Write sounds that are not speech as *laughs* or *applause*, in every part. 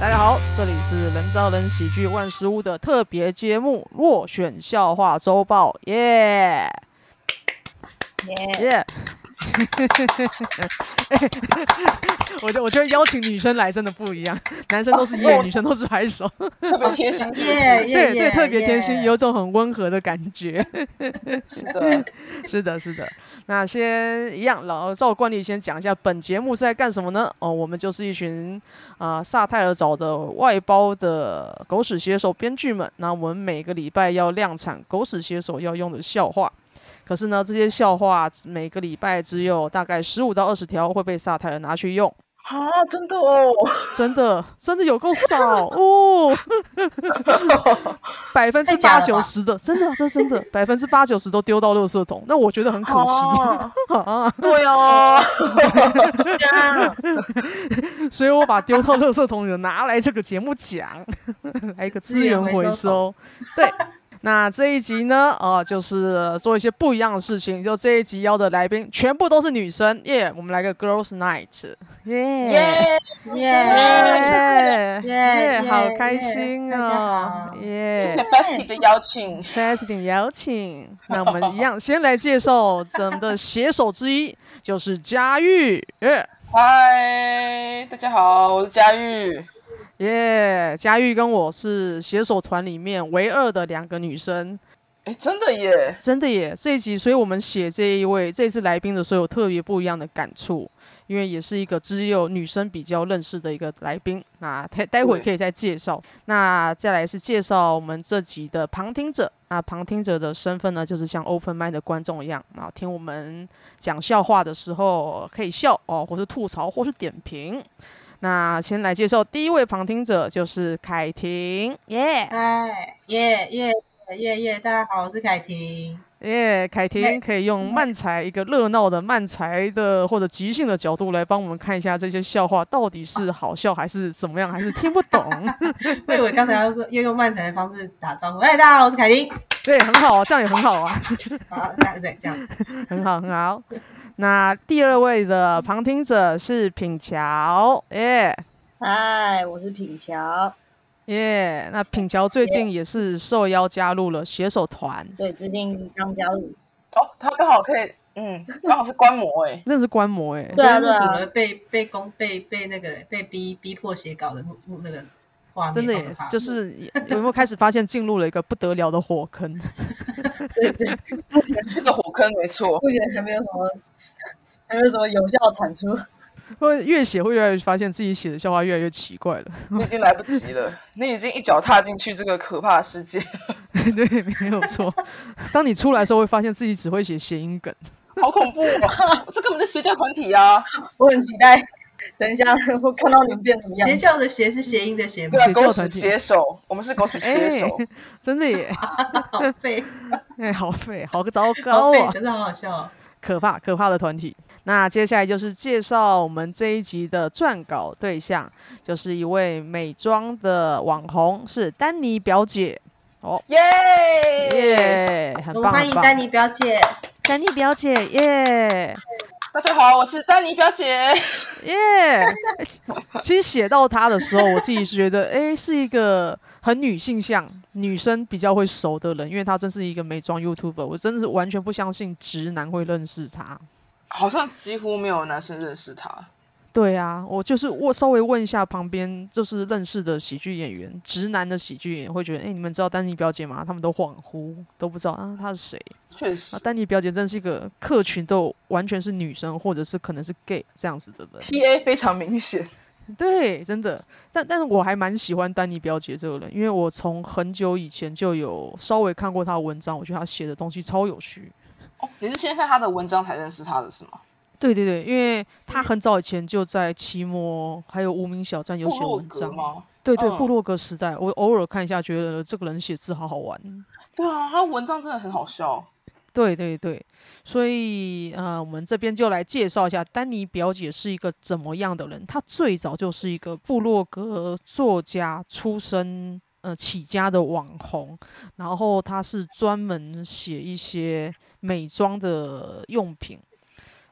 大家好，这里是人造人喜剧万事屋的特别节目《落选笑话周报》，耶耶，耶！ *laughs* 哎我觉得我觉得邀请女生来真的不一样，男生都是耶，女生都是拍手，特别 *laughs* 贴心，耶对耶对，耶，特别贴心，耶有种很温和的感觉。是的，是的，是的。那先一样，老照惯例先讲一下本节目是在干什么呢？哦，我们就是一群啊、萨泰尔找的外包的狗屎写手编剧们。那我们每个礼拜要量产狗屎写手要用的笑话。可是呢，这些笑话每个礼拜只有大概十五到二十条会被萨泰尔拿去用，啊，真的哦，真的，真的有够少哦，百分之太八假九了吧十的，真的，这真的百分之八九十都丢到垃圾桶，那我觉 *laughs* 得很可惜。哦啊对哦，所以我把丢到垃圾桶里的拿来这个节目讲，还有一个资源回收。对，那这一集呢，呃，就是做一些不一样的事情。就这一集邀的来宾全部都是女生，耶、我们来个 Girls Night，耶耶，啊耶耶耶耶好开心耶大哦家好，耶、谢谢 Bestie 的邀请，大家是点邀请，那我们一样先来介绍咱们的写手之一，就是佳玉，耶、嗨，大家好，我是佳玉，耶佳玉跟我是携手团里面唯二的两个女生，哎，真的耶，真的耶！这一集，所以我们写这一位这次来宾的时候，有特别不一样的感触，因为也是一个只有女生比较认识的一个来宾。那待待会对可以再介绍。那再来是介绍我们这集的旁听者。那旁听者的身份呢，就是像 open mind 的观众一样，啊，听我们讲笑话的时候可以笑哦，或是吐槽，或是点评。那先来介绍第一位旁听者，就是凯婷，耶嗨耶耶耶耶，大家好，我是凯婷。耶！哎凯婷可以用慢才一个热闹的慢才的或者即兴的角度来帮我们看一下这些笑话到底是好笑还是怎么样，还是听不懂。 *laughs* 我以为刚才要说要用慢才的方式打招呼，哎，大家好，我是凯婷。对，很好啊，这样也很好啊，啊，这样对这样，很好，很好。那第二位的旁听者是品哎乔，耶、嗨，我是品乔。耶哎那品乔最近也是受邀加入了携手团，对，最近刚加入。哦，他刚好可以，嗯，刚好是观摩哎，真的是观摩哎、对啊，这对是我啊，们被被攻被被那个被逼逼迫写稿的那那个画面，真的也好可怕就是也有没有开始发现进入了一个不得了的火坑？ *laughs* 对对，目前是个火坑，没错，目前还没有什么，还没有什么有效产出。会越写会越来越发现自己写的笑话越来越奇怪了。你已经来不及了，你已经一脚踏进去这个可怕的世界， *laughs* 对，没有 *laughs* 错。当你出来的时候，会发现自己只会写谐音梗。好恐怖哦，这根本就邪教团体啊，我很期待，等一下我看到你们变什么邪样。教的邪是谐音的邪吗对？啊，邪教狗团屎体写手，我们是狗屎写手，哎真的 *laughs* 耶！好废，哎、好废，好糟好糕废，啊！可是好好笑哦。可怕，可怕的团体。那接下来就是介绍我们这一集的撰稿对象，就是一位美妆的网红，是丹妮表姐。哦，耶耶、很我棒，们欢很迎棒丹，妮表姐，丹妮表姐，耶、大家好，我是丹妮表姐。耶、欸其其实写到她的时候，我自己觉得，哎、是一个很女性向、女生比较会熟的人，因为她真是一个美妆 YouTuber，我真的是完全不相信直男会认识她。好像几乎没有男生认识他。对啊，我就是我稍微问一下旁边就是认识的喜剧演员，直男的喜剧演员会觉得，哎、你们知道丹妮表姐吗？他们都恍惚，都不知道啊她是谁。确实啊，丹妮表姐真是一个客群都完全是女生，或者是可能是 gay 这样子的人。 ，T A 非常明显。对，真的，但但是我还蛮喜欢丹妮表姐这个人，因为我从很久以前就有稍微看过她的文章，我觉得她写的东西超有趣。哦，你是先看他的文章才认识他的是吗？对对对，因为她很早以前就在期末还有无名小站有部写落文格章，吗？对对，嗯部落格时代，我偶尔看一下，觉得这个人写字好好玩。对啊，他文章真的很好笑。对对对，所以呃，我们这边就来介绍一下丹尼表姐是一个怎么样的人。她最早就是一个部落格作家出身，呃，起家的网红，然后她是专门写一些美妆的用品。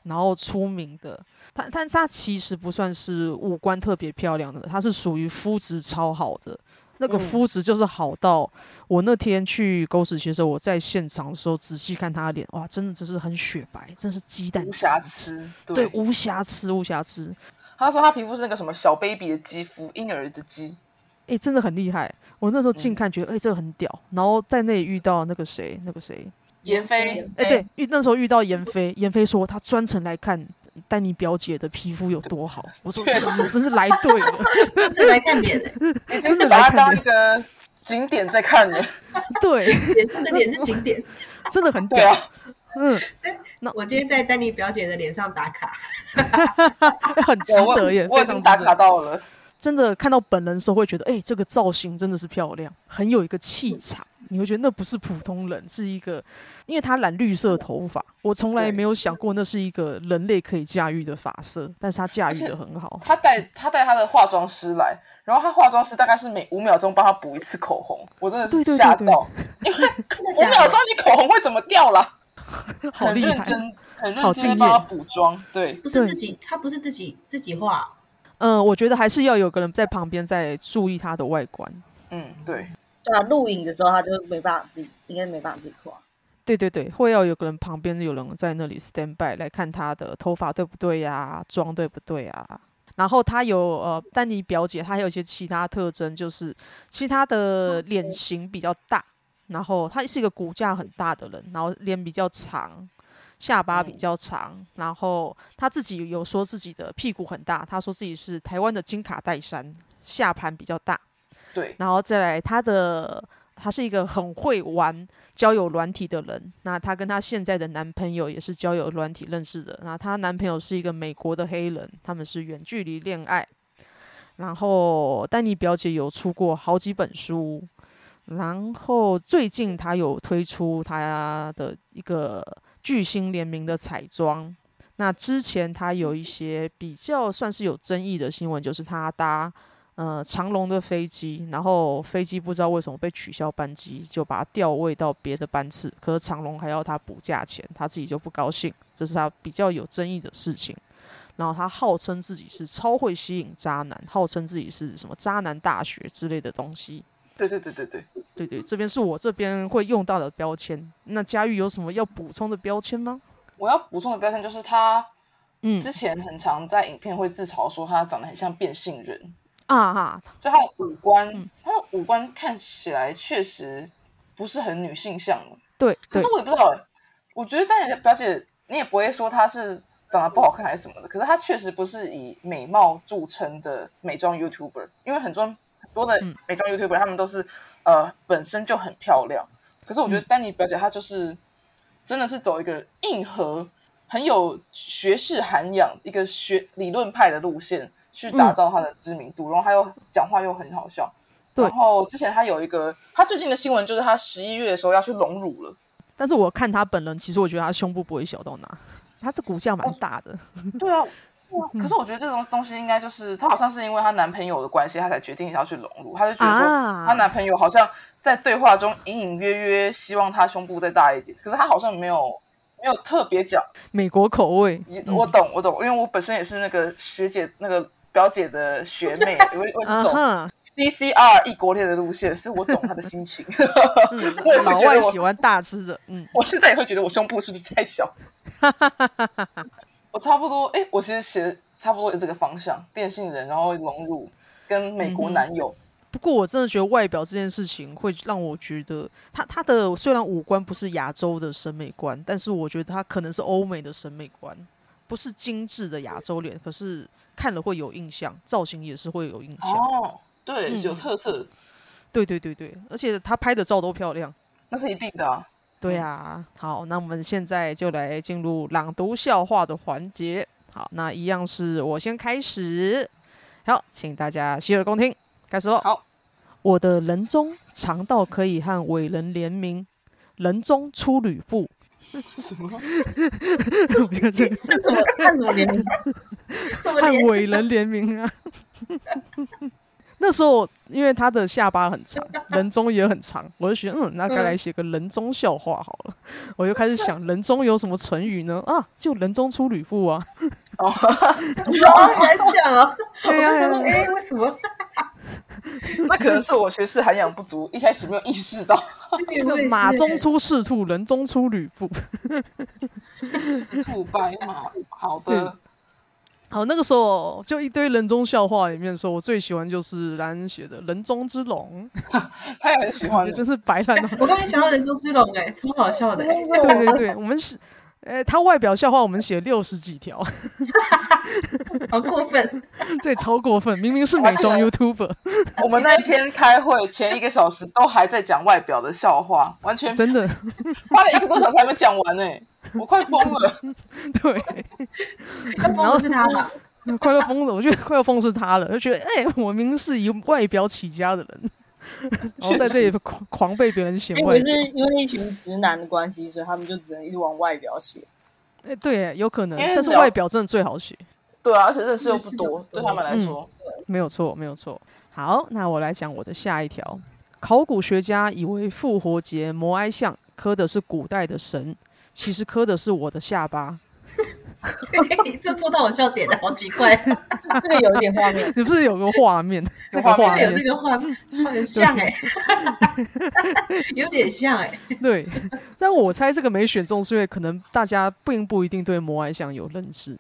然后出名的。但但她其实不算是五官特别漂亮的，她是属于肤质超好的。那个嗯肤质就是好到我那天去狗屎鞋的时候，我在现场的时候仔细看她的脸，哇，真的真是很雪白，真是鸡蛋无肌瑕疵。对，无瑕疵，无瑕疵。他说他皮肤是那个什么小 baby 的肌肤，婴儿的肌。哎、真的很厉害！我那时候近嗯看觉得，哎、这个很屌。然后在那里遇到那个谁，那个谁，妍霏，哎、对，遇那时候遇到妍霏，妍霏说她专程来看丹尼表姐的皮肤有多好。我说，确你真是来对 *laughs* 了，真正来看脸的，已真经的是来把看它当的一个景点在 *laughs* 看了。对，脸上的脸是景点。真的很对屌。啊，嗯，那我今天在丹尼表姐的脸上打卡，哎很值对啊我得耶，我非已常值经打卡得。到了。真的看到本人的时候，会觉得，哎、这个造型真的是漂亮，很有一个嗯气场。你会觉得那不是普通人，是一个，因为她染绿色头发，我从来嗯对没有想过那是一个人类可以驾驭的发色，但是她驾而驭且的很好。他带他带他的化妆师来，然后他化妆师大概是每五秒钟帮他补一次口红，我真的对对是吓对对到，因为五假的秒钟你口红会怎么掉啦？好很厉认害！真，很好认敬真业地帮他补妆，对，不对是自己，她不是自己自己画，嗯，我觉得还是要有个人在旁边在注意他的外观。嗯对，对啊，录影的时候他就没办法自己，应该没办法自己画。对对对，会要有个人旁边有人在那里 stand by 来看他的头发对不对呀、妆对不对呀、然后他有呃，丹尼表姐，她还有一些其他特征，就是其实她的脸型比较大，然后她是一个骨架很大的人，然后脸比较长，下巴比嗯较长，然后她自己有说自己的屁股很大，她说自己是台湾的金卡戴珊，下盘比较大，对，然后再来他的，他是一个很会玩交友软体的人。那她跟她现在的男朋友也是交友软体认识的。那她男朋友是一个美国的黑人，他们是远距离恋爱。然后丹尼表姐有出过好几本书，然后最近她有推出她的一个巨星联名的彩妆。那之前她有一些比较算是有争议的新闻，就是她搭呃长龙的飞机，然后飞机不知道为什么被取消班机，就把它调位到别的班次，可是长龙还要他补价钱，他自己就不高兴，这是他比较有争议的事情。然后他号称自己是超会吸引渣男，号称自己是什么渣男大学之类的东西。对对对对对，对对，这边是我这边会用到的标签。那佳玉有什么要补充的标签吗？我要补充的标签就是他嗯之前很常在影片会自嘲说他长得很像变性人，啊哈，就他的五官，嗯他的五官看起来确实不是很女性向的。对可对是，我也不知道欸，我觉得但你的表姐，你也不会说她是长得不好看还是什么的，可是她确实不是以美貌著称的美妆 YouTuber，因为很多很多的嗯美妆 YouTuber 他们都是呃本身就很漂亮，可是我觉嗯得丹尼表姐她就是、真的是走一个硬核、很有学识涵养、一个学理论派的路线去嗯打造她的知名度，然后她又讲话又很好笑。对然后之前她有一个，她最近的新闻就是她十一月的时候要去隆乳了，但是我看他本人，其实我觉得他胸部不会小到哪，他这骨架蛮大的。对啊，嗯对啊可是我觉得这种东西应该就是她好像是因为她男朋友的关系，她才决定要去隆乳。她就觉得啊说，她男朋友好像在对话中隐隐约约希望她胸部再大一点，可是她好像没有没有特别讲。美国口味，也嗯我懂，我懂，因为我本身也是那个学姐那个表姐的学 *laughs* 妹，我也我也是啊走哈， CCR 异国恋的路线，所以我懂她的心情。嗯 *laughs* *laughs* 我也会老觉外得我喜欢大吃的，嗯，我现在也会觉得我胸部是不是太小？我差不多，哎、我其实写得差不多是这个方向，变性人，然后融入跟美国男友，不过我真的觉得外表这件事情会让我觉得他他的虽然五官不是亚洲的审美观，但是我觉得他可能是欧美的审美观，不是精致的亚洲脸，可是看了会有印象，造型也是会有印象。哦，对，嗯有特色，对对对对，而且他拍的照都漂亮。那是一定的、啊。对嗯啊，好，那我们现在就来进入朗读笑话的环节。好，那一样是我先开始。好，请大家洗耳恭听，开始喽。好，我的人中长到可以和伟人联名，人中出吕布。 *laughs* 什么？不要这样这怎么 *laughs* 看怎么联名？这么和脸伟人联名啊！ *laughs* 那时候因为他的下巴很长，人中也很长，我就觉得嗯，那该来写个人中笑话好了。我就开始想人中有什么成语呢？啊，就人中出吕布啊。哦，哦，你还这样哦？对呀、我 *laughs* 对想说呀哎，为什么那可能是我学识涵养不足，一开始没有意识到。这就个马中出赤兔，人中出吕布。 *laughs* 兔白马，好嗯的，好，那个时候就一堆人中笑话里面说，我最喜欢就是蓝恩写的“人中之龙他也很喜”，欢也真是白 *laughs* 烂到。我刚才想到人中之龙，哎，超好笑的，哎对对对，我们是，呃，他外表笑话我们写六十几条，好过分。 *laughs* 对，超过分，明明是美妆 YouTuber，我们那一天开会前一个小时都还在讲外表的笑话，完全真的，花了一个多小时还没讲完呢、我快疯 *laughs* 了。 *laughs* 对，要疯的是他吧？快乐疯了，我觉得快乐疯是他了，就觉得，哎、我明明是以外表起家的 *laughs* 人，然后在这里狂狂被别人嫌因外为表，是因为一群直男的关系，所以他们就只能一直往外表写。哎、对，有可能因，为但是表外表真的最好写。对啊，而且认识又认不识又多嗯不，多对他们来说，没有错，没有错。好，那我来讲我的下一条。考古学家以为复活节摩埃像刻的是古代的神，其实刻的是我的下巴。 *laughs* 你 *laughs* 这戳到我笑点了，好奇怪。这这个有一点画面，你不是有个画面？那有个画画面有面这，个画面，很像哎，有点像哎。 *laughs* *laughs* 对。但我猜这个没选中，是因为可能大家并不一定对摩埃像有认识。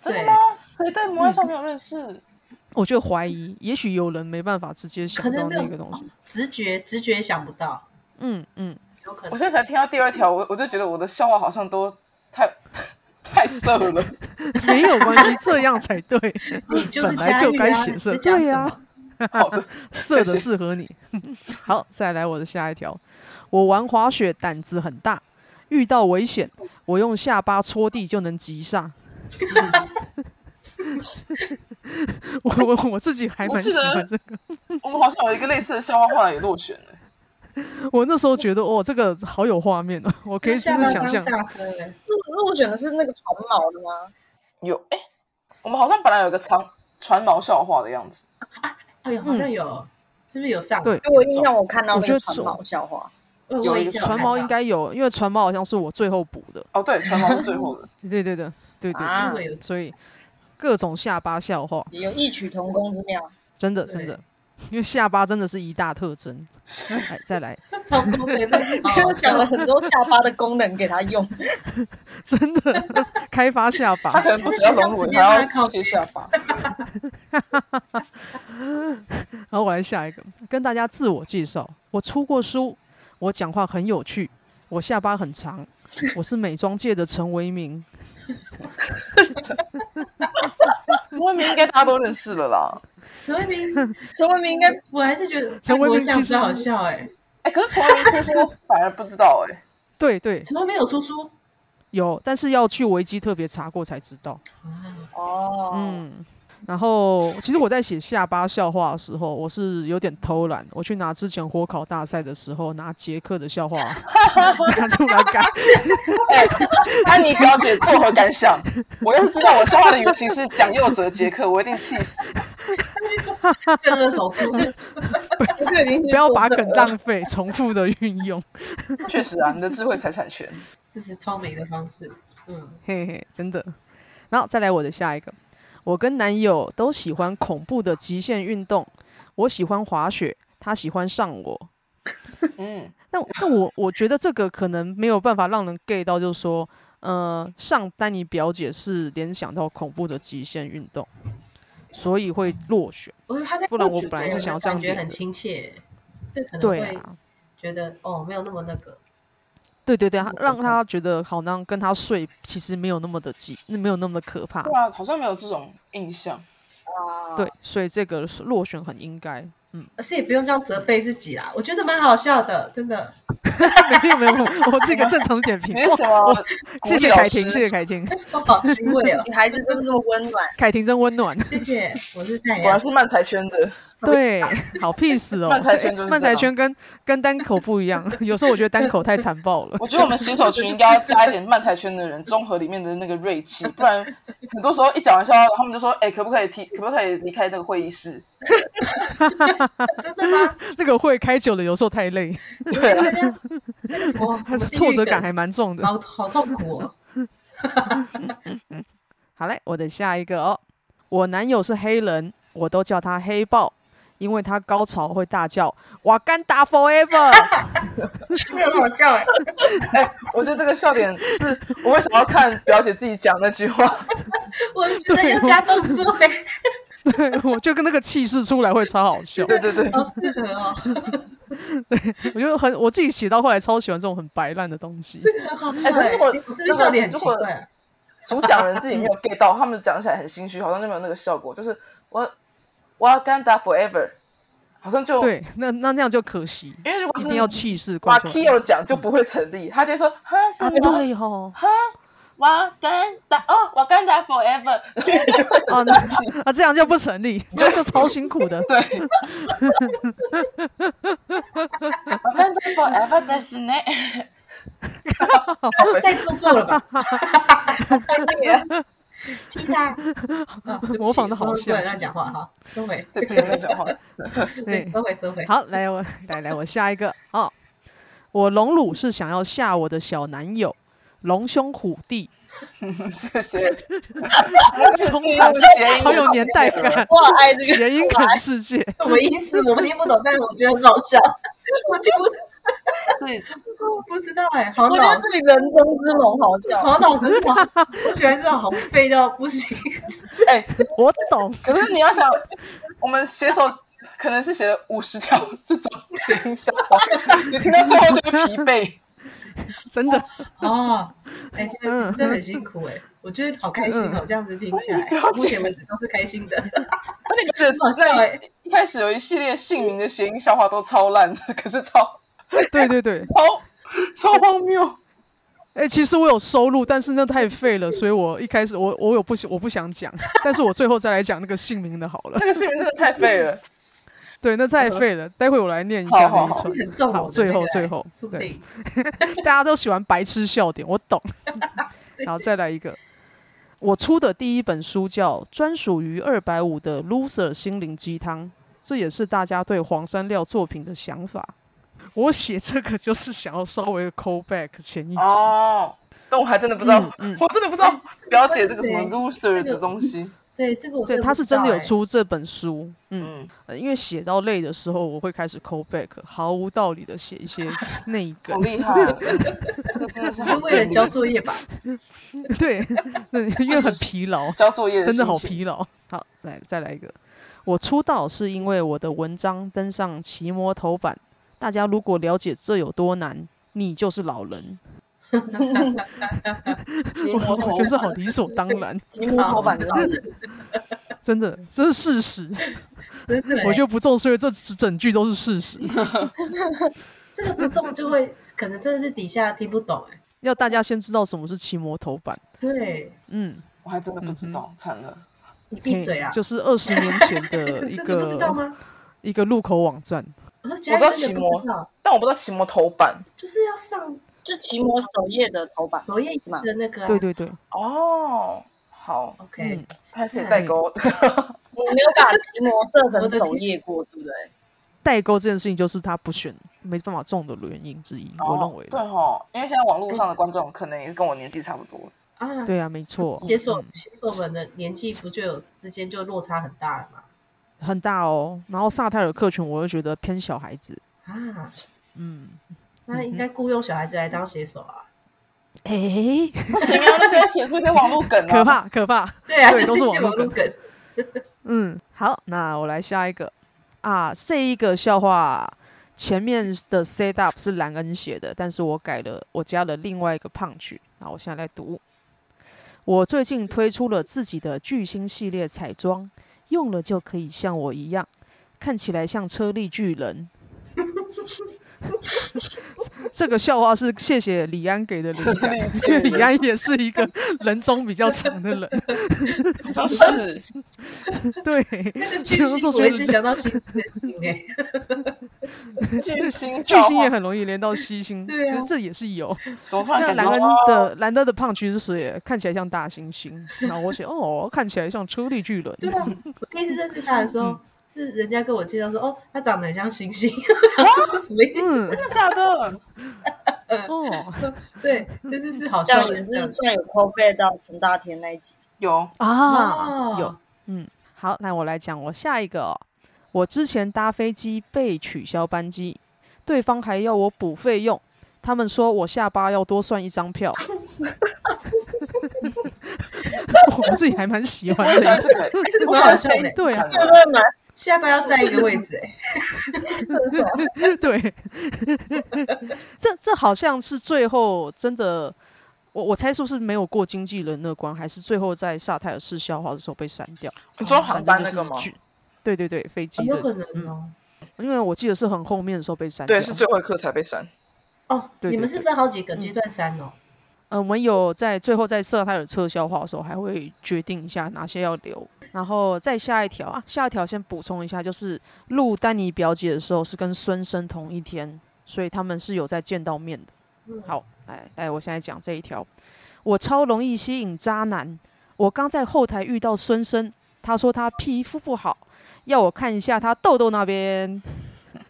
真的对吗？谁对摩爱上没有认识？我就怀疑，也许有人没办法直接想可能到没有那个东西。直觉直觉想不到，嗯嗯，有可 *laughs* 我能。现在才听到第二条，我我就觉得我的笑话好像都太 *laughs* 太色了。没有关系，这样才 *laughs* 对。你就是本来佳就玉该啊，显你色，在讲对什呀、么？好 *laughs* 的，射的适合你。 *laughs* 好，再来我的下一条。我玩滑雪胆子很大，遇到危险，我用下巴戳地就能急刹。 *laughs* 我我我自己还蛮喜欢这个，我们好像有一个类似的笑话，后来也落选了。我那时候觉得哦，这个好有画面哦，我可以真下的巴想刚象。刹车了，入选的是那个长毛的吗？有哎、我们好像本来有个长船毛笑话的样子，哎呦，好像有，是不是有上？嗯对因为我印象我看到我那觉个得长是毛笑话，我有我一以个前有船看毛到应该有，因为船毛好像是我最后补的。哦，对，船毛是最后 *laughs* 的。对对对对对对，啊那个有所以各种下巴笑话，也有异曲同工之妙。 *laughs* 真的真的，因为下巴真的是一大特 *laughs* 征。来，再来，超过分，但是哦好好我想笑了很多下巴的功能给他用， *laughs* 真的开发下他 *laughs* 巴。可能不只要龙尾，还要切下 *laughs* 巴。然后我来下一个，跟大家自我介绍：我出过书，我讲话很有趣，我下巴很长，我是美妆界的陈为民。陈文明应该大家都认识了 *laughs* 啦。陈慧明，陈文明应该我还是觉得陈慧明国相其实比较好笑哎。哎、可是陈文明出书反而不知道哎、对对，陈慧明有出书，有，但是要去维基特别查过才知道。哦，嗯，然后其实我在写下巴笑话的时候，我是有点偷懒，我去拿之前火烤大赛的时候拿捷克的笑话 *laughs* 拿出来 *laughs* 改。安妮表姐作何感想？我要是知道我笑话的语气是蒋佑哲杰克，我一定气死。正颚 *laughs* 手术，这个已经嗯是不要把作者梗了浪费，重复的运用。确实啊，你的智慧财产权。这是聪明的方式。嗯，嘿嘿，真的。然后再来我的下一个，我跟男友都喜欢恐怖的极限运动，我喜欢滑雪，他喜欢上我。嗯，那那我我觉得这个可能没有办法让人 get 到，就是说，呃，上丹尼表姐是联想到恐怖的极限运动，所以会落选。我觉得他在不然录我取本来的是想要这样感觉点很的亲切，这嗯可能对会啊，觉得哦没有那么那个。对对嗯对，他让他觉得好像跟他睡其实没有那么的极，没有那么的可怕对。啊，好像没有这种印象。啊，对，所以这个是落选很应该。嗯， *laughs* 而且也不用这样责备自己啦，我觉得蛮好笑的，真的。没有没有，没有我是一个正常的点评。 *laughs* 没有什哇么我谢谢凯婷，谢谢凯婷，我 *laughs* 好虚伪哦，女孩子就是这么温 *laughs* 暖，凯婷真温暖。 *laughs* 谢谢，我是太果然阳。是漫才圈的。对，好 peace 哦。 *laughs* 漫才圈就是这样漫才圈跟跟单口不一样， *laughs* 有时候我觉得单口太残暴了。 *laughs* 我觉得我们新手群应该要加一点漫才圈的人，综合里面的那个锐气，不然很多时候一讲完笑话，他们就说：“哎、可不可以提，可不可以离开那个会 *laughs* 议室真的吗？那个会开久了，有时候太累，？”对啊，这样那个什 *laughs* 么什它么地挫狱折感梗还蛮重的。好好痛苦哦。好嘞，我的下一个哦，我男友是黑人，我都叫他黑豹，因为他高潮会大叫“瓦干达 forever”。 *laughs* 这个很好笑哎，哎、我觉得这个笑点是我为什么要看表姐自己讲那句话？ *laughs* 我觉得哦要加动作哎，对，我就跟那个气势出来会超好笑。对对对，好适合哦，我就很我自己写到后来超喜欢这种很白烂的东西。这个很好笑哎哎。如果你是不是笑点很奇如怪果 *laughs* 啊？主讲人自己没有 get 到，他们讲起来很心虚，好像就没有那个效果。就是我我要干打 forever，好像就对，那那那样就可惜，因为如果一哦是定要气势马灌出 k 来。 i 讲就不会成立，他就说：“哈，是啊，吗？对哦，哈，我干打哦，我干打 forever。” *laughs* 啊那啊，这样就不成立， *laughs* 那就超辛苦的。对，我干打 forever 的是呢。太做作 *laughs* 了吧？啊踢 *laughs* 他！啊对不起模仿得好不像能乱讲话哈，收回，对，不能乱讲话。对对，收回，收回。好，来我来来我下一个哦，我龙乳是想要吓我的小男友，龙兄虎弟，*laughs* 谢谢。充这满个谐音好有年代感，我好爱这个，谐音梗世界。什么意思？我们听不懂，但是我觉得很好笑。我听不对，懂，不知道哎，好我老觉，得这里人中之龙好笑。好老不是老，我喜欢这种好废到 *laughs* 不行。哎，我懂，可是你要想，我们写手可能是写了五十条这种谐音笑话，你听到最后就会疲惫。真的，哦，哎，真的嗯真的很辛苦哎，我觉得好开心哦，这样子听下我也来了，解目前为止都是开心的。而且觉得好笑那哎一一开始有一系列姓名的谐音笑话都超烂，可是超对对对。超超荒谬。哎、其实我有收录，但是那太废了，所以我一开始我我有不想我不想讲，但是我最后再来讲那个姓名的好了那。个姓名真的太废了。对，那太废了，待会我来念一下那好好一好串。很重好我的最那后个最哎后说不对定 *laughs* 大家都喜欢白痴笑点，我 *laughs* 懂。然后再来一个，我出的第一本书叫《专属于二百五的 loser 心灵鸡汤》，这也是大家对黄山料作品的想法。我写这个就是想要稍微 call back 前一集，哦，但我还真的不知道，嗯嗯我真的不知道表姐这个什么这个 loser 的东西。对这个我对，的他不是知真的道有哎出这本书，嗯，嗯，呃因为写到累的时候，我会开始 call back，毫无道理的写一 *laughs* 些内梗好，厉害，啊这个真的是是很为了敬交业作业吧？ *laughs* 对，对因为很疲劳，交作业，真的好。疲劳。好，再再来一个。我出道是因为我的文章登上奇摩头版，大家如果了解这有多难，你就是老人。期我末头我觉得这好理 *laughs* 所当然，吉姆头 *laughs* 版的老人，真的，这是事实。真的哎，我就不重视，因为这整句都是事实。这个不中就会，可能真的是底下听不懂哎。要大家先知道什么是奇摩头版。对嗯，我还真的不知道，惨了。你闭嘴啊！嘿就是二十年前 *laughs* 的一真的不知道个吗？一个入口网站。我说其他真骑的摩不知道，但我不知道期末头版就是要上是奇摩首页的头版，首页是吗？的那个啊。对对对，哦。好，嗯 OK，，拍谁哎代沟？你没有把奇摩设成首页过，对不对？代沟这件事情就是他不选，没办法中的原因之一，我认为对啦。哦，因为现在网络上的观众可能也是跟我年纪差不多。啊，对啊，没错。写手嗯写手们的年纪不就有之间就落差很大了嘛？很大哦。然后萨泰尔克群，我又觉得偏小孩子。啊，嗯，那应该雇佣小孩子来当写手 *laughs* 啊？诶、 *laughs* 不行啊，那就要写出一些网络梗啊。可！怕可怕。对啊，对就都是是一些网络网络梗梗。嗯，好，那我来下一个啊，这一个笑话前面的 set up 是兰恩写的，但是我改了，我加了另外一个 punch。那我现在来读，我最近推出了自己的巨星系列彩妆，用了就可以像我一样，看起来像车力巨人。 *laughs* 这个笑话是谢谢李安给的灵感， *laughs* 因为李安也是一个人中比较长的人， *laughs* 好像是对， *laughs* 巨想星，说我一直想到星的星哎， *laughs* 巨星巨笑星也话，很容易连到西星，对啊这这也是有。怎么突那然感兰觉恩到哦的兰德的胖橘是谁？看起来像大猩猩，然后我写哦，看起来像车力巨人。对啊，我第一次认识他的时嗯候，是人家跟我介绍说，哦，他长得很像 *laughs* 星星，这是什么意思？嗯，真的假的？ *laughs* 哦对，就是是好这像样也是算有 c o b 到陈大天那一 *laughs* 集。有哦啊，有，嗯，好，那我来讲我下一个、哦。我之前搭飞机被取消班机，对方还要我补费用，他们说我下巴要多算一张票。 *laughs* 我自己还蛮喜欢我喜的，欢这个，我喜蛮好欢笑的这个对啊这个蛮下巴要占一个位置哎，特殊，对， *laughs* 这这好像是最后真的，我我猜是不是没有过经纪人那关，还是最后在萨泰尔试消化的时候被删掉？你说航反正班那就个是吗？剧，对对对，飞机有可的，能哦。因为我记得是很后面的时候被删掉。对，是最后一刻才 *laughs* 被删。哦，对对嗯你们是分好几个阶段删哦。呃，我们有在最后在萨泰尔撤销化的时候，还会决定一下哪些要留。然后再下一条啊，下一条先补充一下，就是录丹尼表姐的时候是跟孙生同一天，所以他们是有在见到面的。嗯好，来来，我现在讲这一条，我超容易吸引渣男。我刚在后台遇到孙生，他说他皮肤不好，要我看一下他痘痘那边。 *laughs*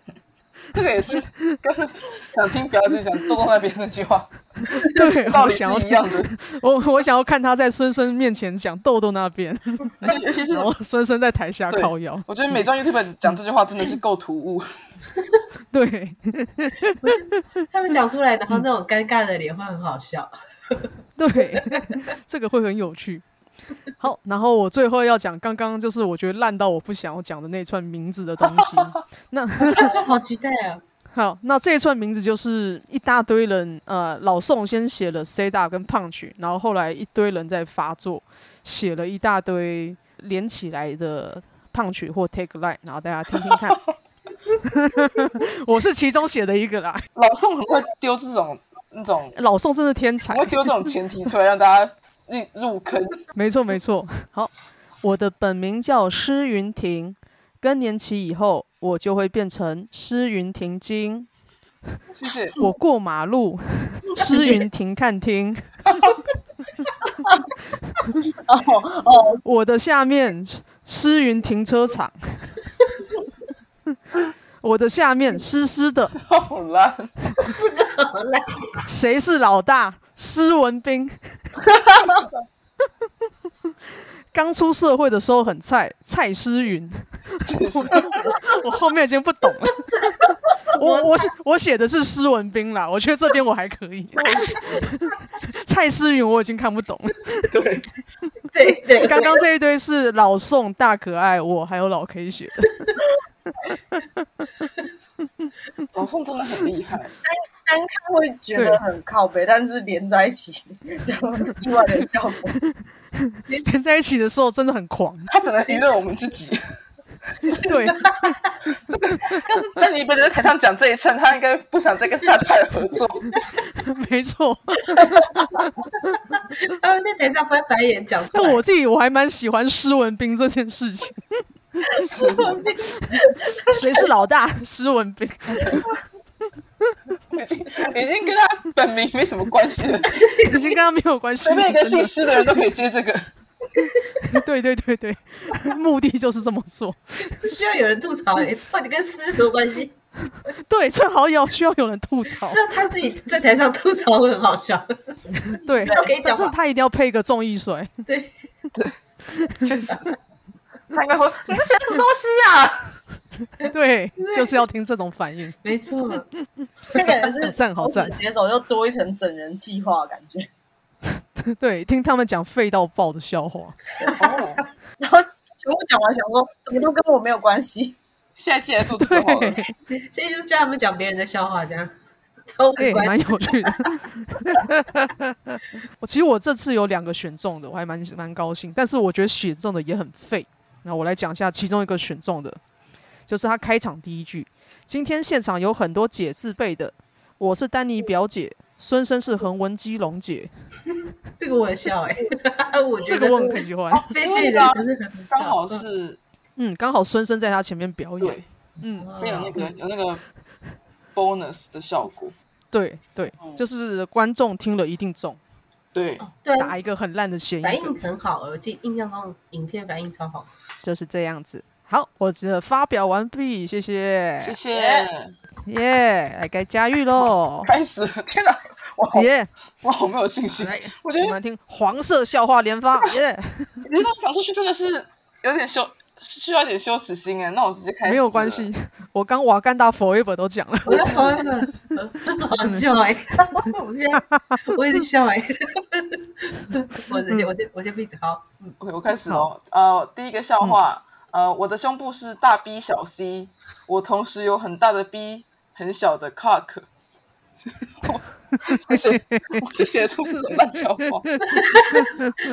这个也是跟想听表姐讲豆豆那边那 *laughs* 句话 *laughs* 对，道我理是想要一样 *laughs* 的，我我想要看他在孙生面前讲痘痘那边，而且尤其是然后孙生在台下对靠腰。我觉得美妆 YouTube 讲这句话真的是够突兀，对，嗯他们讲出来，然后那种尴尬的脸会很好笑。对， *laughs* 这个会很有趣。好，然后我最后要讲，刚刚就是我觉得烂到我不想要讲的那串名字的东西。那好期待哦啊！好，那这一串名字就是一大堆人，呃，老宋先写了 C 大跟胖曲，然后后来一堆人在发作，写了一大堆连起来的胖曲或 take line，然后大家听听看。 *laughs* 我是其中写的一个啦，老宋很会丢这种那种，老宋真是天才很，会丢这种前提出来让大家入入坑。 *laughs* 没错，没 *laughs* 错。好，我的本名叫施云婷，更年期以后我就会变成施云婷精。谢谢，我过马 *laughs* 路，施云婷看厅。哦哦，我的下面是诗云停车场， *laughs* 我的下面湿湿的，好啦，谁是老大？施文斌。刚出社会的时候很菜，蔡诗云。我后面已经不懂了。我我写我写的是施文斌啦，我觉得这边我还可以。蔡诗云我已经看不懂了。对， *laughs* 对 *laughs* 对，刚刚这一堆是老宋、大可爱、我还有老 K 写的。老宋真的很厉害，单看会觉得很靠背，但是连在一起 *laughs* 就意外的效果。连在一起的时候真的很狂，他只能娱乐我们自己。对，要是丹尼本人在台上讲这一串，他应该不想再跟沙泰尔合 *laughs* 作。没错。他们在台上翻白眼讲出但来。我自己我还蛮喜欢施文斌这件事情。谁是老大？ *laughs* 施文斌。已经 *laughs* 已经跟他本名没什么关系了，已经跟他没有关系 *laughs* 随了。便一个姓真施的人都可以接这个。的对对对对，目的就是这么做。是需要有人吐槽哎、到底跟诗什么 *laughs* 关系？对，正好有需要有人吐槽。这他自己在台上吐槽会很 *laughs* 好笑。对，都可以讲但是话他一定要配一个综艺水。对，确实，他应该说你是写什么东西呀、对，就是要听这种反应。 *laughs* 没错，这感觉是赞好赞手指写手又多一层整人计划的感觉，对，听他们讲废到爆的笑话。 *laughs* 哦，然后全部讲完想说怎么都跟我没有关系，现在进来做这个 *laughs* 好了。所以就叫他们讲别人的笑话，这样超对，没关哎蛮系。有趣的。 *laughs* 我其实我这次有两个选中的，我还蛮蛮高兴，但是我觉得选中的也很废。那我来讲一下其中一个选中的，就是他开场第一句：“今天现场有很多姐字辈的，我是丹尼表姐，孙生是横纹基隆姐。这个我很笑哎、 *laughs* 我”觉这得个我很喜欢。狒狒的可是很刚好是嗯，刚好孙生在他前面表演。对，嗯，所以有那个有那个 bonus 的效果，对哦对，嗯就是观众听了一定中，对，对啊打一个很烂的嫌疑反的，应很好，我记印象中影片反 *laughs* 应超好。就是这样子。好，我的发表完毕，谢谢谢，谢，耶、来该佳玉喽，开始，天哪，我好嗯耶、我好没有信心，来，我觉我们得来听黄色笑话连发，耶、你让我讲出去真的是有点羞，需要一点羞耻心哎，那我直接开始，没有关，系，我刚瓦干达 forever 都讲了，我就说很 *laughs* 好笑哎、 *laughs* 我现在我也是笑哎、 *laughs* 我嗯先我先我先闭嘴好， OK，我开始喽。呃，第一个笑嗯话，呃，我的胸部是大 B 小 C，我同时有很大的 B，很小的 cock。我写，我就写出这种烂笑话，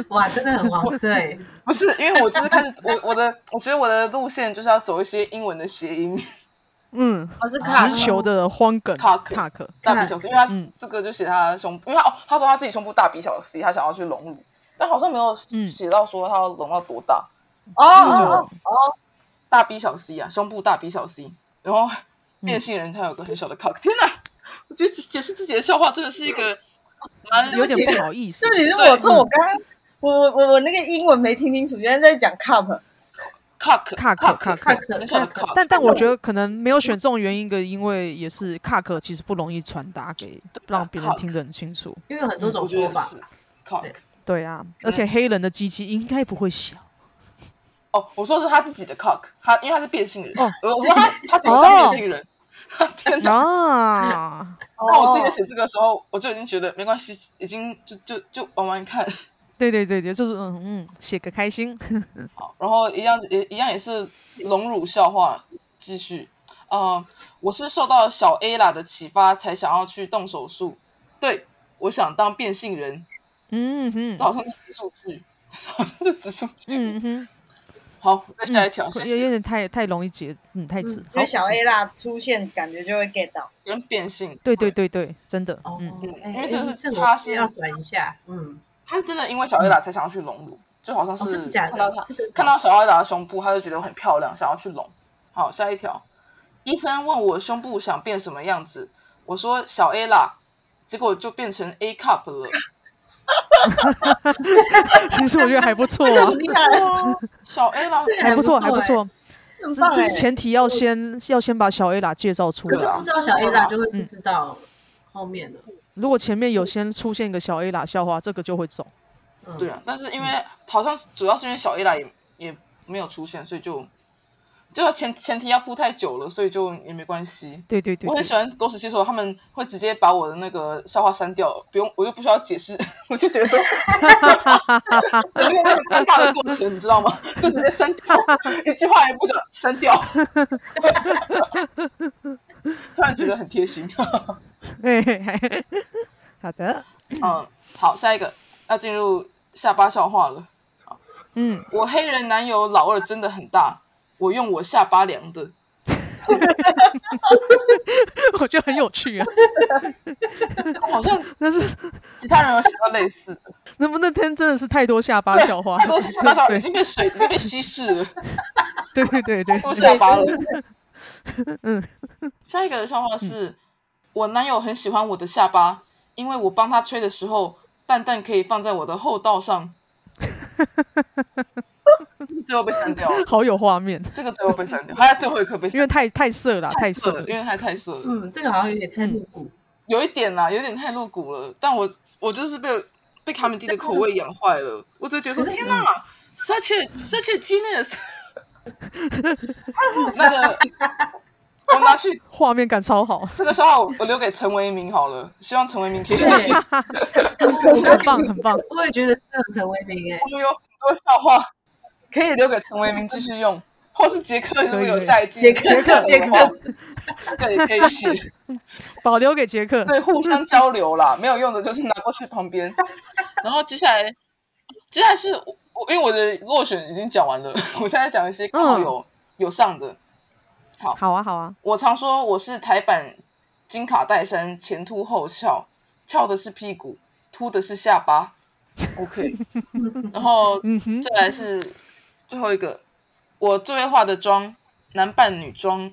哇，真的很黄色哎、 *laughs* 不是因为我就是开始，我我的，我觉得我的路线就是要走一些英文的谐音嗯，我是看直球的荒梗塔克塔克，大 B 小 C，因为他嗯这个就写他的胸，因为他哦，他说他自己胸部大 B 小 C，他想要去隆乳，但好像没有嗯写到说他要隆到多大，哦哦哦哦，大 B 小 C 啊，胸部大 B 小 C，然后变性人他有个很小的 cock，、天哪！我觉得解释自己的笑话真的是一个蛮有点对不起不好意思这，里是我错，对我刚刚我我我我那个英文没听清楚，原来在讲 cup。 cock cock，cock， cock 很小的 cock，但但我觉得可能没有选中原因，个因为也是卡克其实不容易传达给让别人听得很清楚。因为有很多种我觉说得法是，cock 对。对啊，而且黑人的机器应该不会小。哦，我说的是他自己的 cock，他因为他是变性人，呃哦我我说他他自己是变性人， *laughs* 天哪！啊，那我自己哦在写这个时候，我就已经觉得没关系，已经就就就玩玩看，对对对对，就是嗯嗯，写个开心。好，然后一样也一样也是隆乳笑话，继续。嗯，我是受到小 A 啦的启发，才想要去动手术。对，我想当变性人，嗯哼这，好像是指数 *laughs* 据，好像是指数据。嗯哼，好，再下一嗯条，谢有谢有点太太容易解，嗯，太直。因好为，小 A 啦出现，感觉就会 get 到。跟变性。对对对对，真的，哦 *laughs* 嗯，，哎因为这个是这个他我是要转一下，嗯，他是真的因为小 A 啦才想要去隆乳，就好像哦，是假看到的他，是真的看到小艾达的胸部，他就觉得我很漂亮，想要去隆。好，下一条，医生问我胸部想变什么样子，我说小 A 啦，结果就变成 A cup 了。其实我觉得还不错这啊 *laughs* 个，厉害，小 A 啦，这还不错，还还不不错错。很这棒这哎是！前提要先要先把小 A 啦介绍出可是啊来。不知道小 A 啦就会不嗯知道后面的，如果前面有先出现一个小 A 啦笑话，这个就会中。嗯，对啊，但是因为好像主要是因为小 A 啦也也没有出现，所以就就前前提要铺太久了，所以就也没关系。对对对我很喜对，欢狗屎写手，他们会直接把我的那个笑话删掉，不用我就不需要解释， *laughs* 我就觉得说，我就有那个尴尬的过程，你知道吗？就直接删掉，一句话也不敢删 *laughs* 掉，突然觉得很贴心。 *laughs* 嘿嘿嘿好的，嗯，好，下一个要进入下巴笑话了。嗯， *laughs* 我黑人男友老二真的很大，我用我下巴量的。我觉得很有趣啊。好 *laughs* 像但是其他人有写到类似 *laughs* 的，能不能天真的是太多下巴笑话？太多下巴笑话已对经被水已经被稀 *laughs* 释了。对对对对，我下巴了。嗯，下一个的笑话是、我男友很喜欢我的下巴，因为我帮他吹的时候，蛋蛋可以放在我的后 *laughs* 道上。最后被删掉了，好有画面，这个最后被删掉，他最后一刻被删因为太太色了，太掉色了了，。因为他太色了，嗯，这个好像有点太露骨，有一点啦，有点太露骨了。但我我就是被被卡米蒂的口味养坏了，我只觉得说天哪，such 嗯 a such a *laughs* genius，那个我拿去画面感超好，这个笑话我我留给陈为民好了，希望陈为民 *laughs* 可以。我很棒很棒。我也觉得适合成为名哎，们有很多笑话可以留给陈为民继续用，或是杰克如果有下一季，杰克杰杰克克的话，这个也可以写。保留给杰克。对，互相交流啦，没有用的就是拿过去旁边。 *laughs* 然后接下来，接下来是我嗯我因为我的落选已经讲完了，我现在讲一些刚好有、有上的。好，好啊，好啊，我常说我是台版金卡戴珊，前凸后翘，翘的是屁股，凸的是下巴。OK，然 *laughs* 后嗯哼，再来是最后一个，我最会化的妆，男扮女装。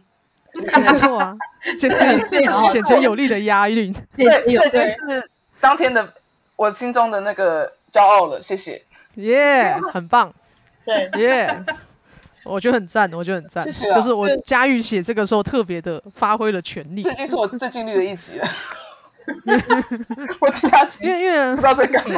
没错 *laughs* 啊，简对啊 *laughs* 洁简洁有力的押韵，这对，有这已经对，是当天的我心中的那个骄傲了。谢谢，耶，很棒，对，耶。我觉得很赞，我觉得很赞，谢谢啊就是我这佳玉写这个时候特别的发挥了全力这，已经是我最尽力的一集了。 *laughs* 我其他集因为因为不知道在干嘛。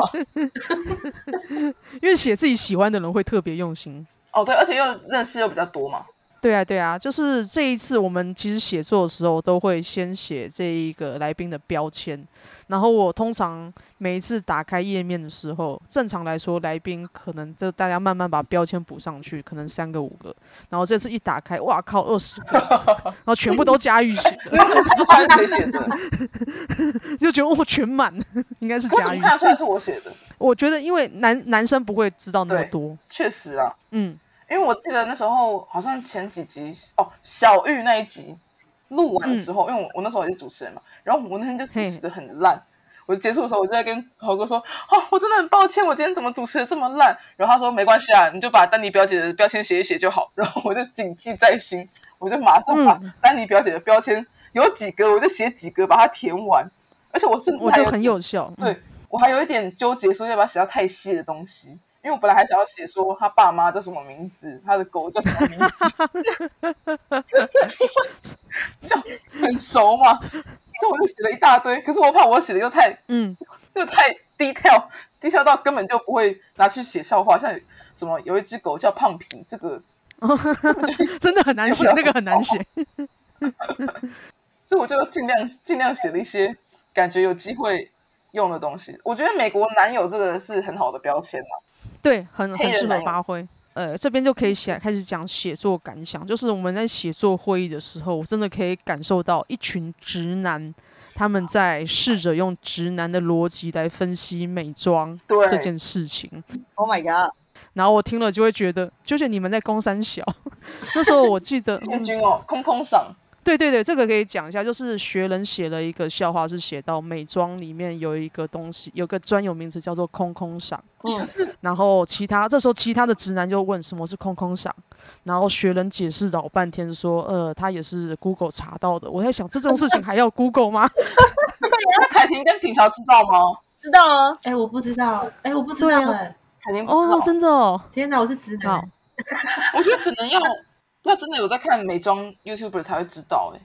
因为写自己喜欢的人会特别用心。哦，对，而且又认识又比较多嘛。对啊，对啊，就是这一次我们其实写作的时候都会先写这一个来宾的标签，然后我通常每一次打开页面的时候，正常来说来宾可能就大家慢慢把标签补上去，可能三个五个，然后这次一打开，哇靠，二十个，然后全部都佳玉写的，他是谁写的？就觉得我全满， *laughs* 应该是我怎佳么玉看。得出来是我写的？我觉得因为男男生不会知道那么对多，确实啊，嗯，因为我记得那时候好像前几集哦，小玉那一集录完嗯的时候，因为我我那时候也是主持人嘛，然后我那天就主持的很烂。我结束的时候，我就在跟猴哥说：“哦，我真的很抱歉，我今天怎么主持的这么烂。”然后他说：“没关系啊，你就把丹妮表姐的标签写一写就好。”然后我就谨记在心，我就马上嗯把丹妮表姐的标签有几个我就写几个，把它填完。而且我甚至我还觉有得很有效。嗯对我还有一点纠结，说要不要写到太细的东西，因为我本来还想要写说他爸妈叫什么名字，他的狗叫什么名字， *laughs* 因为就很熟嘛，所以我就写了一大堆。可是我怕我写的又太 *laughs* 嗯， *laughs* 又太低调，低调到根本就不会拿去写笑话，像有什么有一只狗叫胖皮，这个，真的很难写，那个很难写。所以我就尽量尽量写了一些感觉有机会用的东西。我觉得美国男友这个是很好的标签啊嘛，对，很黑很适人合男友发挥。呃，这边就可以写开始讲写作感想，就是我们在写作会议的时候，我真的可以感受到一群直男，他们在试着用直男的逻辑来分析美妆对这件事情。 Oh my god！然后我听了就会觉得，究竟你们在攻三小？ *laughs* 那时候我记 *laughs* 得，燕嗯君哦，空空赏。对对对，这个可以讲一下，就是学人写了一个笑话，是写到美妆里面有一个东西，有个专有名词叫做“空空赏”。嗯，然后其他这时候其他的直男就问什么是空空赏，然后学人解释老半天说，呃，他也是 Google 查到的。我在想这种事情还要 Google *laughs* 吗？那 *laughs* 凯婷跟品乔知道吗？知道啊，哎，我不知道，哎，我不知对道，啊哎，凯婷不知道。哦，真的哦，天哪，我是直好男，，欸我觉得可能要要真的有在看美妆 YouTuber 才会知道、欸。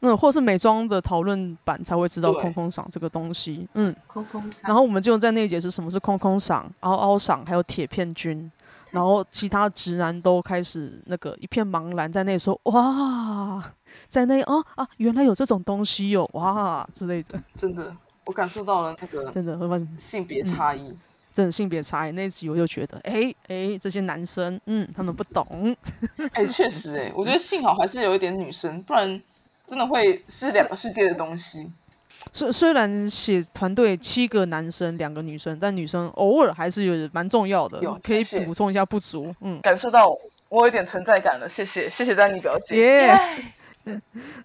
嗯，或是美妆的讨论版才会知道对空空赏这个东西，嗯，空空杀然后我们就在那一节是什么是空空赏、凹凹赏，还有铁片菌。然后其他直男都开始那个一片茫然，在那里说哇，在那里哦啊，原来有这种东西哟、哇之类的，真的，我感受到了那个真的会发现性别差异。真的性别差异那一集，我就觉得，哎、哎、这些男生，嗯，他们不懂，哎、确 *laughs* 实、欸，哎，我觉得幸好还是有一点女生，不然真的会是两个世界的东西。虽虽然写团队七个男生，两个女生，但女生偶尔还是有蛮重要的有，可以谢谢补充一下不足，嗯。感受到我有一点存在感了，谢谢，谢谢丹妮表姐。耶、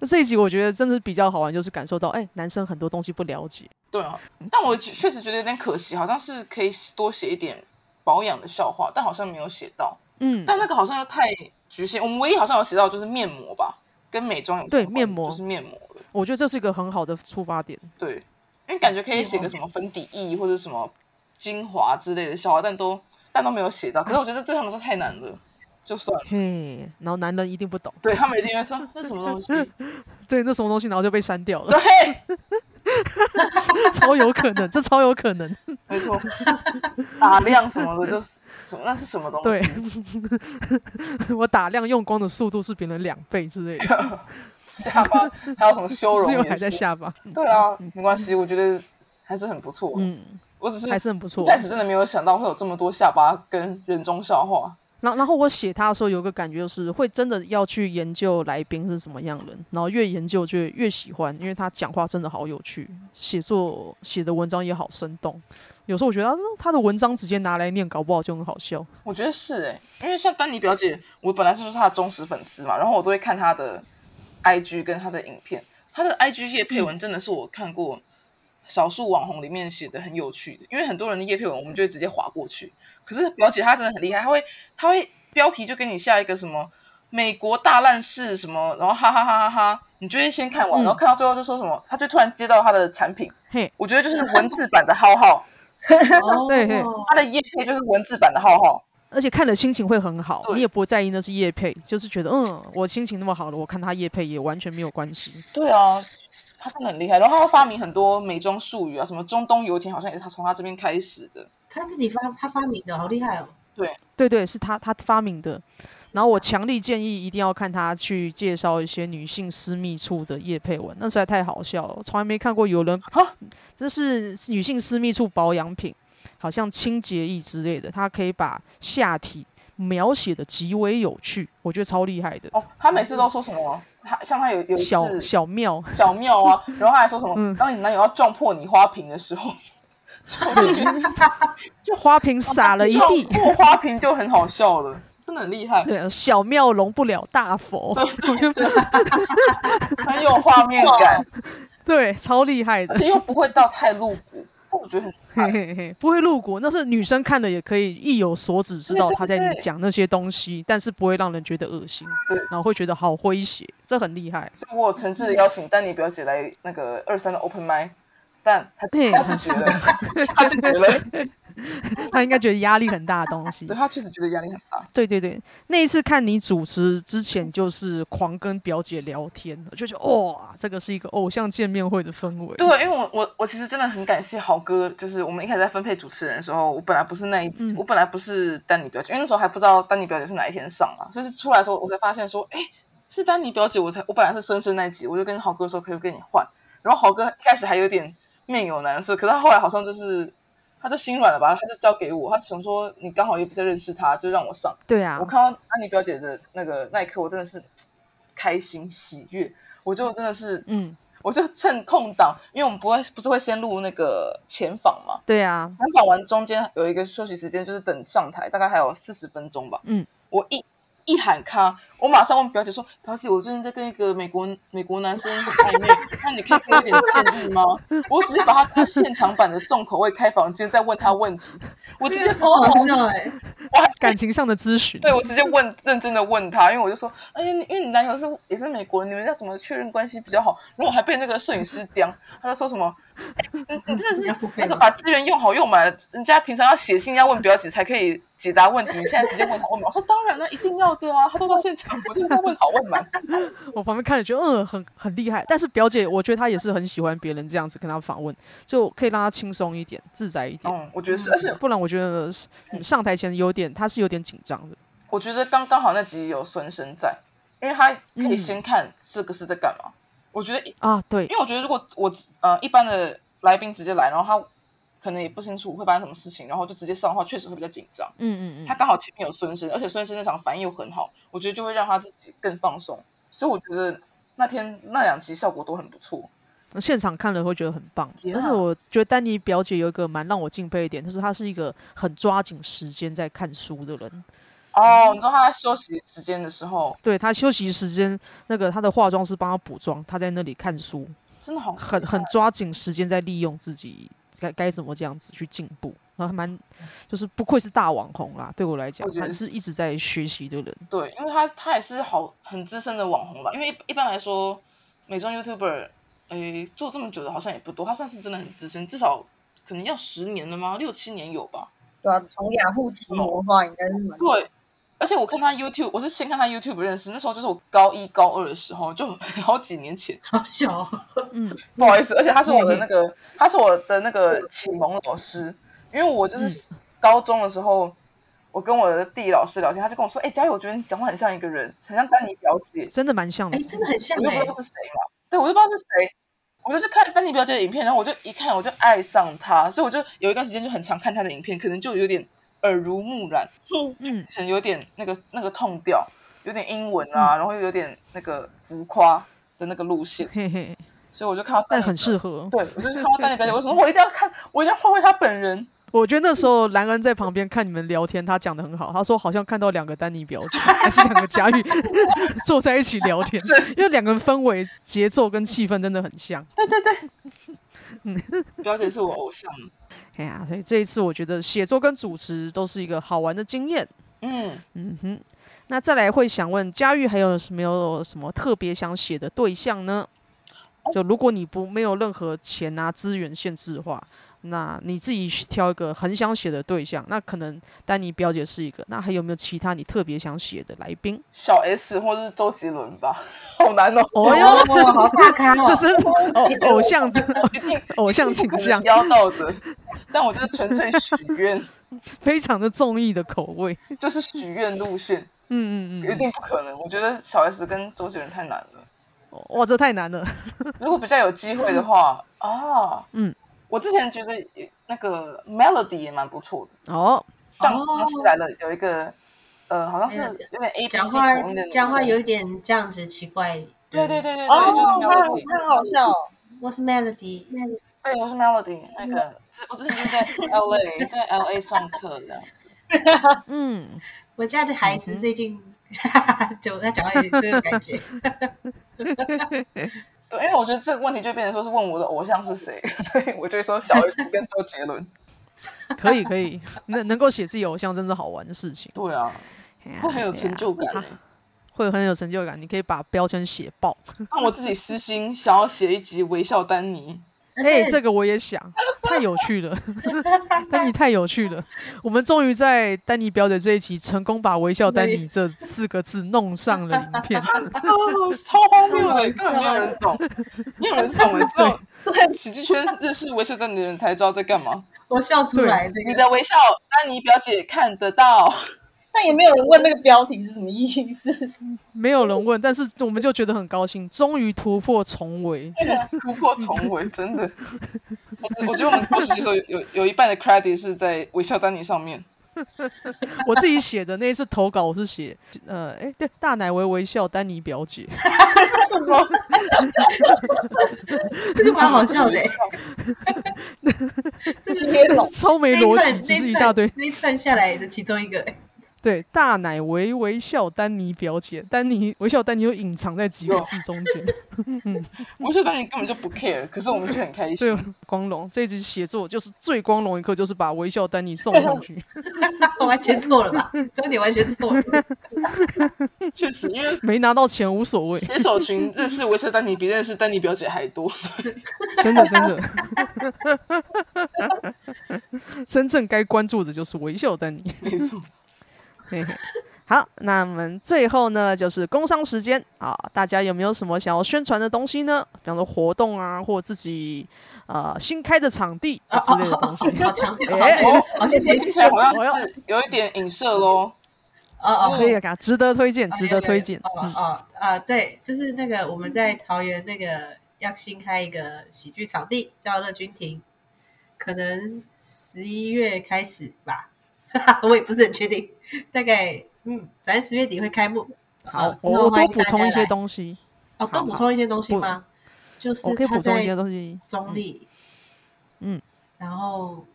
这一集我觉得真的是比较好玩，就是感受到，哎、男生很多东西不了解，对啊，但我确确实觉得有点可惜，好像是可以多写一点保养的笑话，但好像没有写到。嗯，但那个好像又太局限。我们唯一好像有写到就是面膜吧，跟美妆有对相关面膜就是面膜了。我觉得这是一个很好的出发点，对，因为感觉可以写个什么粉底液或者什么精华之类的笑话，但都但都没有写到。可是我觉得这对他们说太难了，就算了。嘿，然后男人一定不懂，对他们一定 *laughs* 会说那什么东西，对，那什么东西，然后就被删掉了， *laughs* 对，超有可能，这超有可能，*laughs* 没错，打量什么的，就是什么那是什么东西？对， *laughs* 我打量用光的速度是别人两倍之类的，下巴还有什么修容 *laughs* 只有也还在是下巴。对啊，没关系，我觉得还是很不错。嗯，我只是还是很不错一。开始真的没有想到会有这么多下巴跟人中笑话。然后然后我写他的时候，有个感觉就是会真的要去研究来宾是什么样人，然后越研究就越喜欢，因为他讲话真的好有趣，写作写的文章也好生动。有时候我觉得啊他的文章直接拿来念，搞不好就很好笑。欸我觉得是哎、因为像丹妮表姐，我本来是就是她的忠实粉丝嘛，然后我都会看她的 IG 跟他的影片，他的 IG 叶配文真的是我看过少数网红里面写的很有趣的，因为很多人的叶配文我们就会直接划过去，可是表姐她真的很厉害，她会她会标题就给你下一个什么美国大烂事什么，然后哈哈哈哈哈，你就会先看嗯完，然后看到最后就说什么，她就突然接到她的产品，嘿，我觉得就是文字版的浩浩，哦对对她的叶配就是文字版的浩浩，而且看了心情会很好，对你也不会在意那是叶配，就是觉得嗯，我心情那么好了，我看他叶配也完全没有关系。对啊，她真的很厉害，然后她发明很多美妆术语啊，什么中东油田好像也是她从她这边开始的，他自己发，他发明的，好厉害哦！对对，是他他发明的。然后我强力建议一定要看他去介绍一些女性私密处的叶配文，那实在太好笑了，我从来没看过有人啊，这是女性私密处保养品，好像清洁液之类的，它可以把下体描写的极为有趣，我觉得超厉害的，哦，她每次都说什么，她像她有有一小次小妙，小妙啊，然后他还说什么，嗯当你男友要撞破你花瓶的时候， *laughs* 就花瓶哦洒了一地 *laughs* 撞。破花瓶就很好笑了，真的很厉害，对，小妙容不了大佛，嗯很有画面 *laughs* 感， *laughs* 对，超厉害而的，且又不会到太露骨，这我觉得很 *laughs* 嘿嘿嘿，不会露骨，那是女生看了也可以意有所指，知道对对她在对讲那些东西，但是不会让人觉得恶心对，然后会觉得好诙谐，这很厉 *laughs* 害，所以我有诚挚的邀请丹尼表姐来那个二三的 open m i 但他对他拒绝了，他拒绝了， *laughs* 她应该觉得压力很大的东西对。他确实觉得压力很大，对对对，那一次看你主持之前，就是狂跟表姐聊天，我就觉得哇，这个是一个偶像见面会的氛围。对，因为我我我其实真的很感谢豪哥，就是我们一开始在分配主持人的时候，我本来不是那一，嗯我本来不是丹妮表姐，因为那时候还不知道丹妮表姐是哪一天上啊，所以是出来的时候我才发现说，哎，是丹妮表姐，我才我本来是孙生那一集，我就跟豪哥说可以跟你换，然后豪哥一开始还有点面有难色，可是他后来好像就是他就心软了吧，他就交给我，他想说你刚好也比较认识他，就让我上。对啊我，看到丹妮表姐的那个那一刻，我真的是开心喜悦，我就真的是嗯，我就趁空档，因为我们不会不是会先录那个前访嘛，对啊，前访完中间有一个休息时间，就是等上台，大概还有四十分钟吧。嗯，我一一喊咖，我马上问表姐说：“表姐，我最近在跟一个美国美国男生很暧昧，那你可以给我一点建议吗？”我直接把他当现场版的重口味开房间，再问他问题，我直接超好笑哎！感情上的咨询，对，我直接问，认真的问他，因为我就说，哎呀，你因为你男友是也是美国人，你们要怎么确认关系比较好？然后我还被那个摄影师刁，他就说什么，哎你你真要的付是费那个吗把资源用好用满，人家平常要写信要问表姐才可以解答问题，你现在直接问好问满。我说当然了，一定要的啊，他都到现场，我就是在问好问满。我旁边看着觉得嗯很很厉害，但是表姐我觉得她也是很喜欢别人这样子跟她访问，就可以让她轻松一点、自在一点。 *laughs* 嗯，我觉得是，而且不然我觉得是嗯上台前有点，她是有点紧张的。我觉得刚刚好那集有孙生在，因为他可以先看这个是在干嘛。我觉得啊，对因，为我觉得如果我呃一般的来宾直接来，然后他可能也不清楚会发生什么事情，然后就直接上的话，确实会比较紧张。嗯嗯他嗯，刚好前面有孙生，而且孙生那场反应又很好，我觉得就会让他自己更放松。所以我觉得那天那两集效果都很不错。嗯现场看了会觉得很棒。 Yeah 但是我觉得丹妮表姐有一个蛮让我敬佩一点，就是她是一个很抓紧时间在看书的人。哦，你知道他在休息时间的时候，对她休息时间，那个她的化妆师帮她补妆，她在那里看书，真的好 *laughs* 很很抓紧时间在利用自己该该怎么这样子去进步，然后还蛮就是不愧是大网红啦，对我来讲嗯我觉得还是一直在学习的人。对，因为他他也是好很资深的网红吧，因为一一般来说，美妆 YouTuber，诶，做这么久的好像也不多，他算是真的很资深，至少可能要十年了吗？六七年有吧。对啊，从雅虎奇摩的话，应该是蛮对，而且我看他 YouTube，我是先看他 YouTube 认识，那时候就是我高一高二的时候，就 *laughs* 好几年前，好笑哦，嗯，不好意思，而且他是我的嗯那个， *laughs* 他是我的那个启蒙老师，因为我嗯就是高中的时候，我跟我的地理老师聊天，他就跟我说，哎、佳宇，我觉得你讲话很像一个人，很像丹尼表姐，真的蛮像的哎，。真的很像我就不知哎道，这是谁嘛，对我就不知道是谁。我就去看丹尼表姐的影片，然后我就一看我就爱上她，所以我就有一段时间就很常看她的影片，可能就有点耳濡目染，嗯，成有点那个那个痛调，有点英文嗯啊，然后又有点那个浮夸的那个路线， *laughs* 嘿嘿，所以我就看到丹但尼很适合。对我就是看到丹尼表姐，我说我一定要看，我一定要换回她本人，我觉得那时候兰恩在旁边看你们聊天，他讲的很好。他说好像看到两个丹尼表姐，还是两个佳玉 *laughs* 坐在一起聊天，因为两个人氛围、节奏跟气氛真的很 *laughs* 像。对对对，嗯表姐是我偶像。哎呀，所以这一次我觉得写作跟主持都是一个好玩的经验。嗯，嗯哼，那再来会想问佳玉还有什么有什么特别想写的对象呢？就如果你不没有任何钱啊资源限制的话，那你自己挑一个很想写的对象，那可能丹尼表姐是一个，那还有没有其他你特别想写的来宾？小 S 或是周杰伦吧，好难哦。哦哟，好大咖这哦！真是 *laughs* 偶偶像真 *laughs* 我 *laughs* 一定偶像不倾可向能，邀到的，但我就是纯粹许愿，非常的综艺的口味。就是许愿路线，嗯嗯一嗯，定不可能。我觉得小 S 跟周杰伦太难 *laughs* 了。哇，这太难了。如果比较有机会的话，啊，嗯，我之前觉得也那个 Melody 也蛮不错的，哦，上哦哎康熙来了有一个，呃，好像是有点 A B C 讲话口音的啊女讲话生有一点这样子奇怪。对对，对对对，就是哦，他很 Melody，他很好笑哦，我是 Melody，对，我是 Melody 那嗯个，之我之前 *laughs* 就在 L A 在 L A 上课的，嗯，我家的孩子最近就他讲话有点这个感觉。对，因为我觉得这个问题就变成说是问我的偶像是谁， *laughs* 所以我就会说小 S 跟周杰伦。可以可以，能能够写自己偶像，真是好玩的事情。对啊，哎呀会很有对成呀就感欸。会很有成就感。你可以把标签写爆。那我自己私心想要写一集微笑丹尼，哎、这个我也想，太有趣了， *laughs* 丹尼太有趣了。我们终于在丹尼表姐这一集成功把“微笑丹尼”这四个字弄上了影片。 *laughs* 超啊超荒谬的，欸根本没有人 *laughs* 懂，没有人懂的，只有在喜剧圈认识微笑丹尼的人才知道在干嘛。我笑出来这你个。的微笑丹尼表姐看得到， *laughs* 但也没有人问那个标题是什么意思。没有人问，但是我们就觉得很高兴，终于突破重围。突破重围，真的。我我觉得我们过去的时候有有有一半的 credit 是在微笑丹尼上面。我自己写的那一次投稿，我是写呃，哎、对，大奶微微笑丹尼表姐，什么？这个蛮好笑的、欸，这是切龙， *laughs* *laughs* 超没哦那一逻串辑，那就是一一大串堆。那一串下来的其中一个、欸，对，大奶微微笑丹尼表姐，丹尼微笑丹尼又隐藏在几个有字中间。 *laughs* 微笑丹尼根本就不 care，可是我们却很开对 *laughs* 心。，光荣这一集写作就是最光荣一刻，就是把微笑丹尼送上去。 *laughs* 我完全错了吧？这点完全错了，确实，因为没拿到钱无所谓，写手群认识维持丹尼比认识丹尼表姐还多，所以真的 *laughs* 真的。真正该关注的就是微笑丹尼。没错。 *laughs* 嘿嘿好，那我们最后呢，就是工商时间啊，大家有没有什么想要宣传的东西呢？比方说活动啊，或自己呃新开的场地啊之类的东西。好强调，哎好好谢谢，听起来好像是有一点影射喽。哦哦，可以啊，值得推荐，值得推荐。嗯哦哦啊，对，就是那个我们在桃园那个要新开一个喜剧场地，叫乐君亭，可能十一月开始吧，我也不是很确定，大概嗯，反正十月底会开幕。好啊，之我后我欢多迎补大充家一些来东西，哦，多好补好充一些东西不吗？就是我可以他补充一在些东西。中立，嗯，然后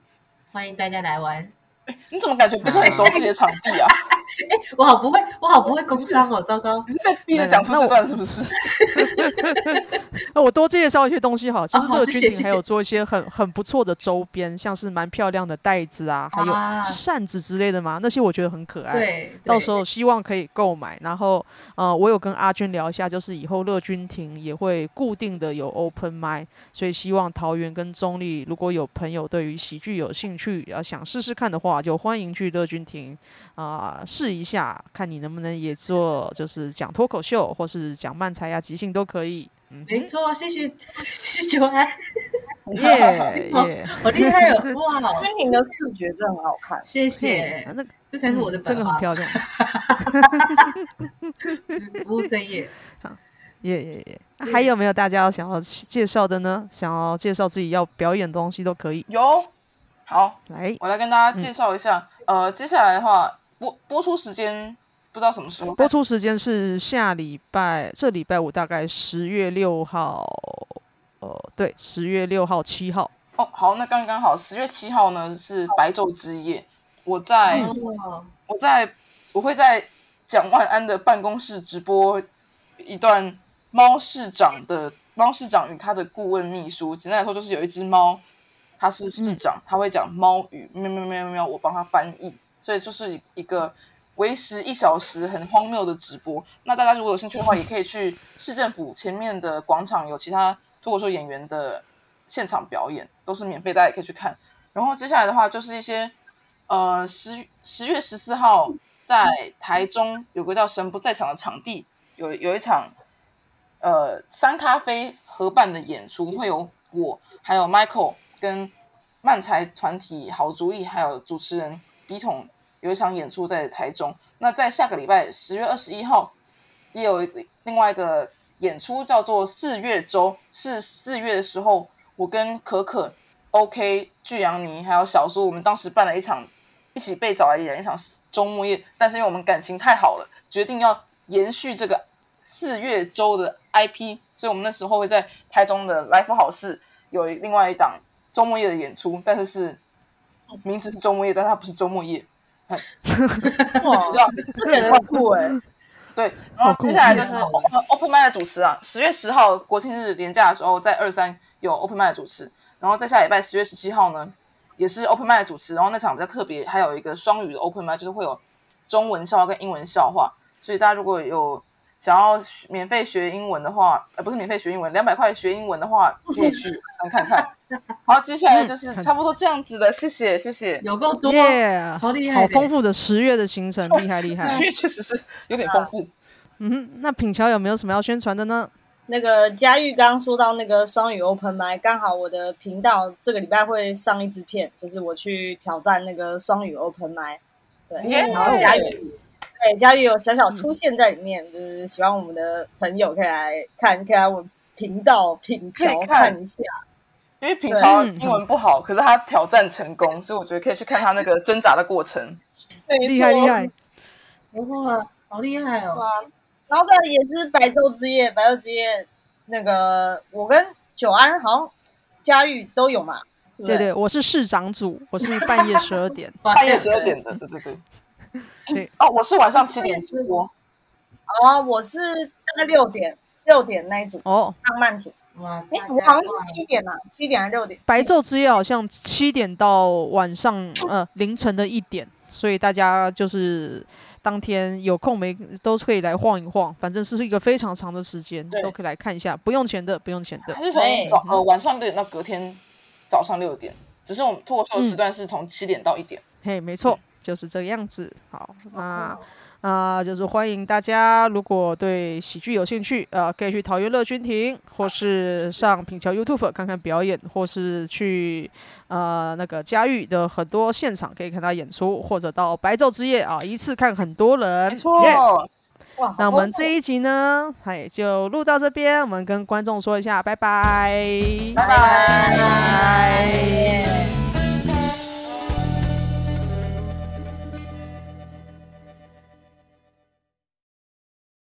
欢迎大家来玩。你怎么感觉不是很熟自己的场地啊？我好不会，我好不会工商哦，糟糕 *laughs* 你是被逼着讲出这段是不是？那我多介绍一些东西哈，就是好乐哦谢君谢亭谢还有谢做一些很很不错的周边，像是蛮漂亮的袋子啊，还有啊是扇子之类的吗？那些我觉得很可爱。对，到对时候希望可以购买，然后呃，我有跟阿娟聊一下，就是以后乐君亭也会固定的有 open mic，所以希望桃园跟中立如果有朋友对于喜剧有兴趣，呃，想试试看的话，就欢迎去乐君亭啊、试一下，看你能不能也做就是讲脱口秀或是讲漫才呀、啊即兴都可 *laughs* 以。嗯哼没错，谢谢 *laughs* 谢谢九安，耶耶，好厉害 *laughs* 哦，哇，昆汀的视觉真的很好看，谢啊谢，那个这才是我的这本个很行，漂 *laughs* 亮，不务 *laughs* 正业。耶耶耶！那还有没有大家要想要介绍的呢？想要介绍自己要表演的东西都可以。有，好，来，我来跟大家介绍一下。呃，接下来的话，播播出时间不知道什么时候，播出时间是下礼拜，这礼拜五大概十月六号，呃，对，十月六号、七号哦，好，那刚刚好，十月七号呢是白昼之夜，我在、哦，我在我会在蒋万安的办公室直播一段猫市长的猫市长与他的顾问秘书。简单来说，就是有一只猫，它是市长，他会讲猫语，喵喵喵喵喵，我帮他翻译，所以就是一个为时一小时很荒谬的直播。那大家如果有兴趣的话，也可以去市政府前面的广场，有其他脱口秀演员的现场表演，都是免费，大家也可以去看。然后接下来的话就是一些呃，十十月十四号在台中有个叫“神不在场”的场地，有有一场呃三咖啡合办的演出，会有我还有 Michael 跟漫才团体好主意，还有主持人笔筒有一场演出在台中。那在下个礼拜十月二十一号也有另外一个演出叫做“四月周”，是四月的时候，我跟可可 OK、巨阳尼还有小苏，我们当时办了一场，一起被找来演一场周末夜，但是因为我们感情太好了，决定要延续这个四月周的 IP，所以我们那时候会在台中的来福好事有另外一档周末夜的演出，但是是名字是周末夜，但它不是周末夜，哇哦你知，道？这个很酷哎、 *laughs* 对，然好后酷接下来就是嗯 Open Open m i 的主持啊，十月十号国庆日连假的时候，在二三有 Open m i 的主持，然后在下礼拜十月十七号呢，也是 Open m i 的主持，然后那场比较特别，还有一个双语的 Open m i 就是会有中文笑话跟英文笑话，所以大家如果有想要学免费学英文的话，呃，不是免费学英文，两百块学英文的话，可以去看看。好，接下来嗯就是差不多这样子的，谢谢谢谢。有够多，耶，超厉害的，好丰富的十月的行程，厉害厉害 *laughs* 因。为确实是有点丰富，嗯哼，那品乔有没有什么要宣传的呢？那个佳玉刚刚说到那个双语 open mic，刚好我的频道这个礼拜会上一支片，就是我去挑战那个双语 open mic。对耶然后佳玉，对佳玉有小嗯小出现在里面，就是喜欢我们的朋友可以来看，可以来我频道品可桥以看看一下。因为平常嗯英文不好，可是他挑战成 *laughs* 功，所以我觉得可以去看他那个挣扎的过 *laughs* 程。没错厉害厉害，哇，好厉害哦，哇，然后再来也是白昼之夜，白昼之夜那个我跟九安好像佳玉都有嘛，对不对对，我是市长组，我是半夜十二点。哇半夜十二，点的，对对对。 *laughs* 对哦，我是晚上七点直播，然后我是大概六点六点那一组哦，浪漫组，哇，哎大，家我好像是七点啊，七点还是六点？白昼之夜好像七点到晚上呃凌晨的一点，所以大家就是当天有空没都可以来晃一晃，反正是一个非常长的时间，对都可以来看一下，不用钱的，不用钱的还。是从对早呃晚上六点到隔天早上六点，只是我们脱嗯口秀的时段是从七点到一点。嘿，没错，就是这个样子。好，那啊、就是欢迎大家，如果对喜剧有兴趣，呃，可以去桃园乐君亭，或是上品桥 YouTube 看看表演，或是去呃那个嘉裕的很多现场可以看他演出，或者到白昼之夜啊、一次看很多人。没错 Yeah 哇，那我们这一一集呢，嘿，就录到这边，啊我们跟观众说一下，拜拜，拜拜拜拜耶。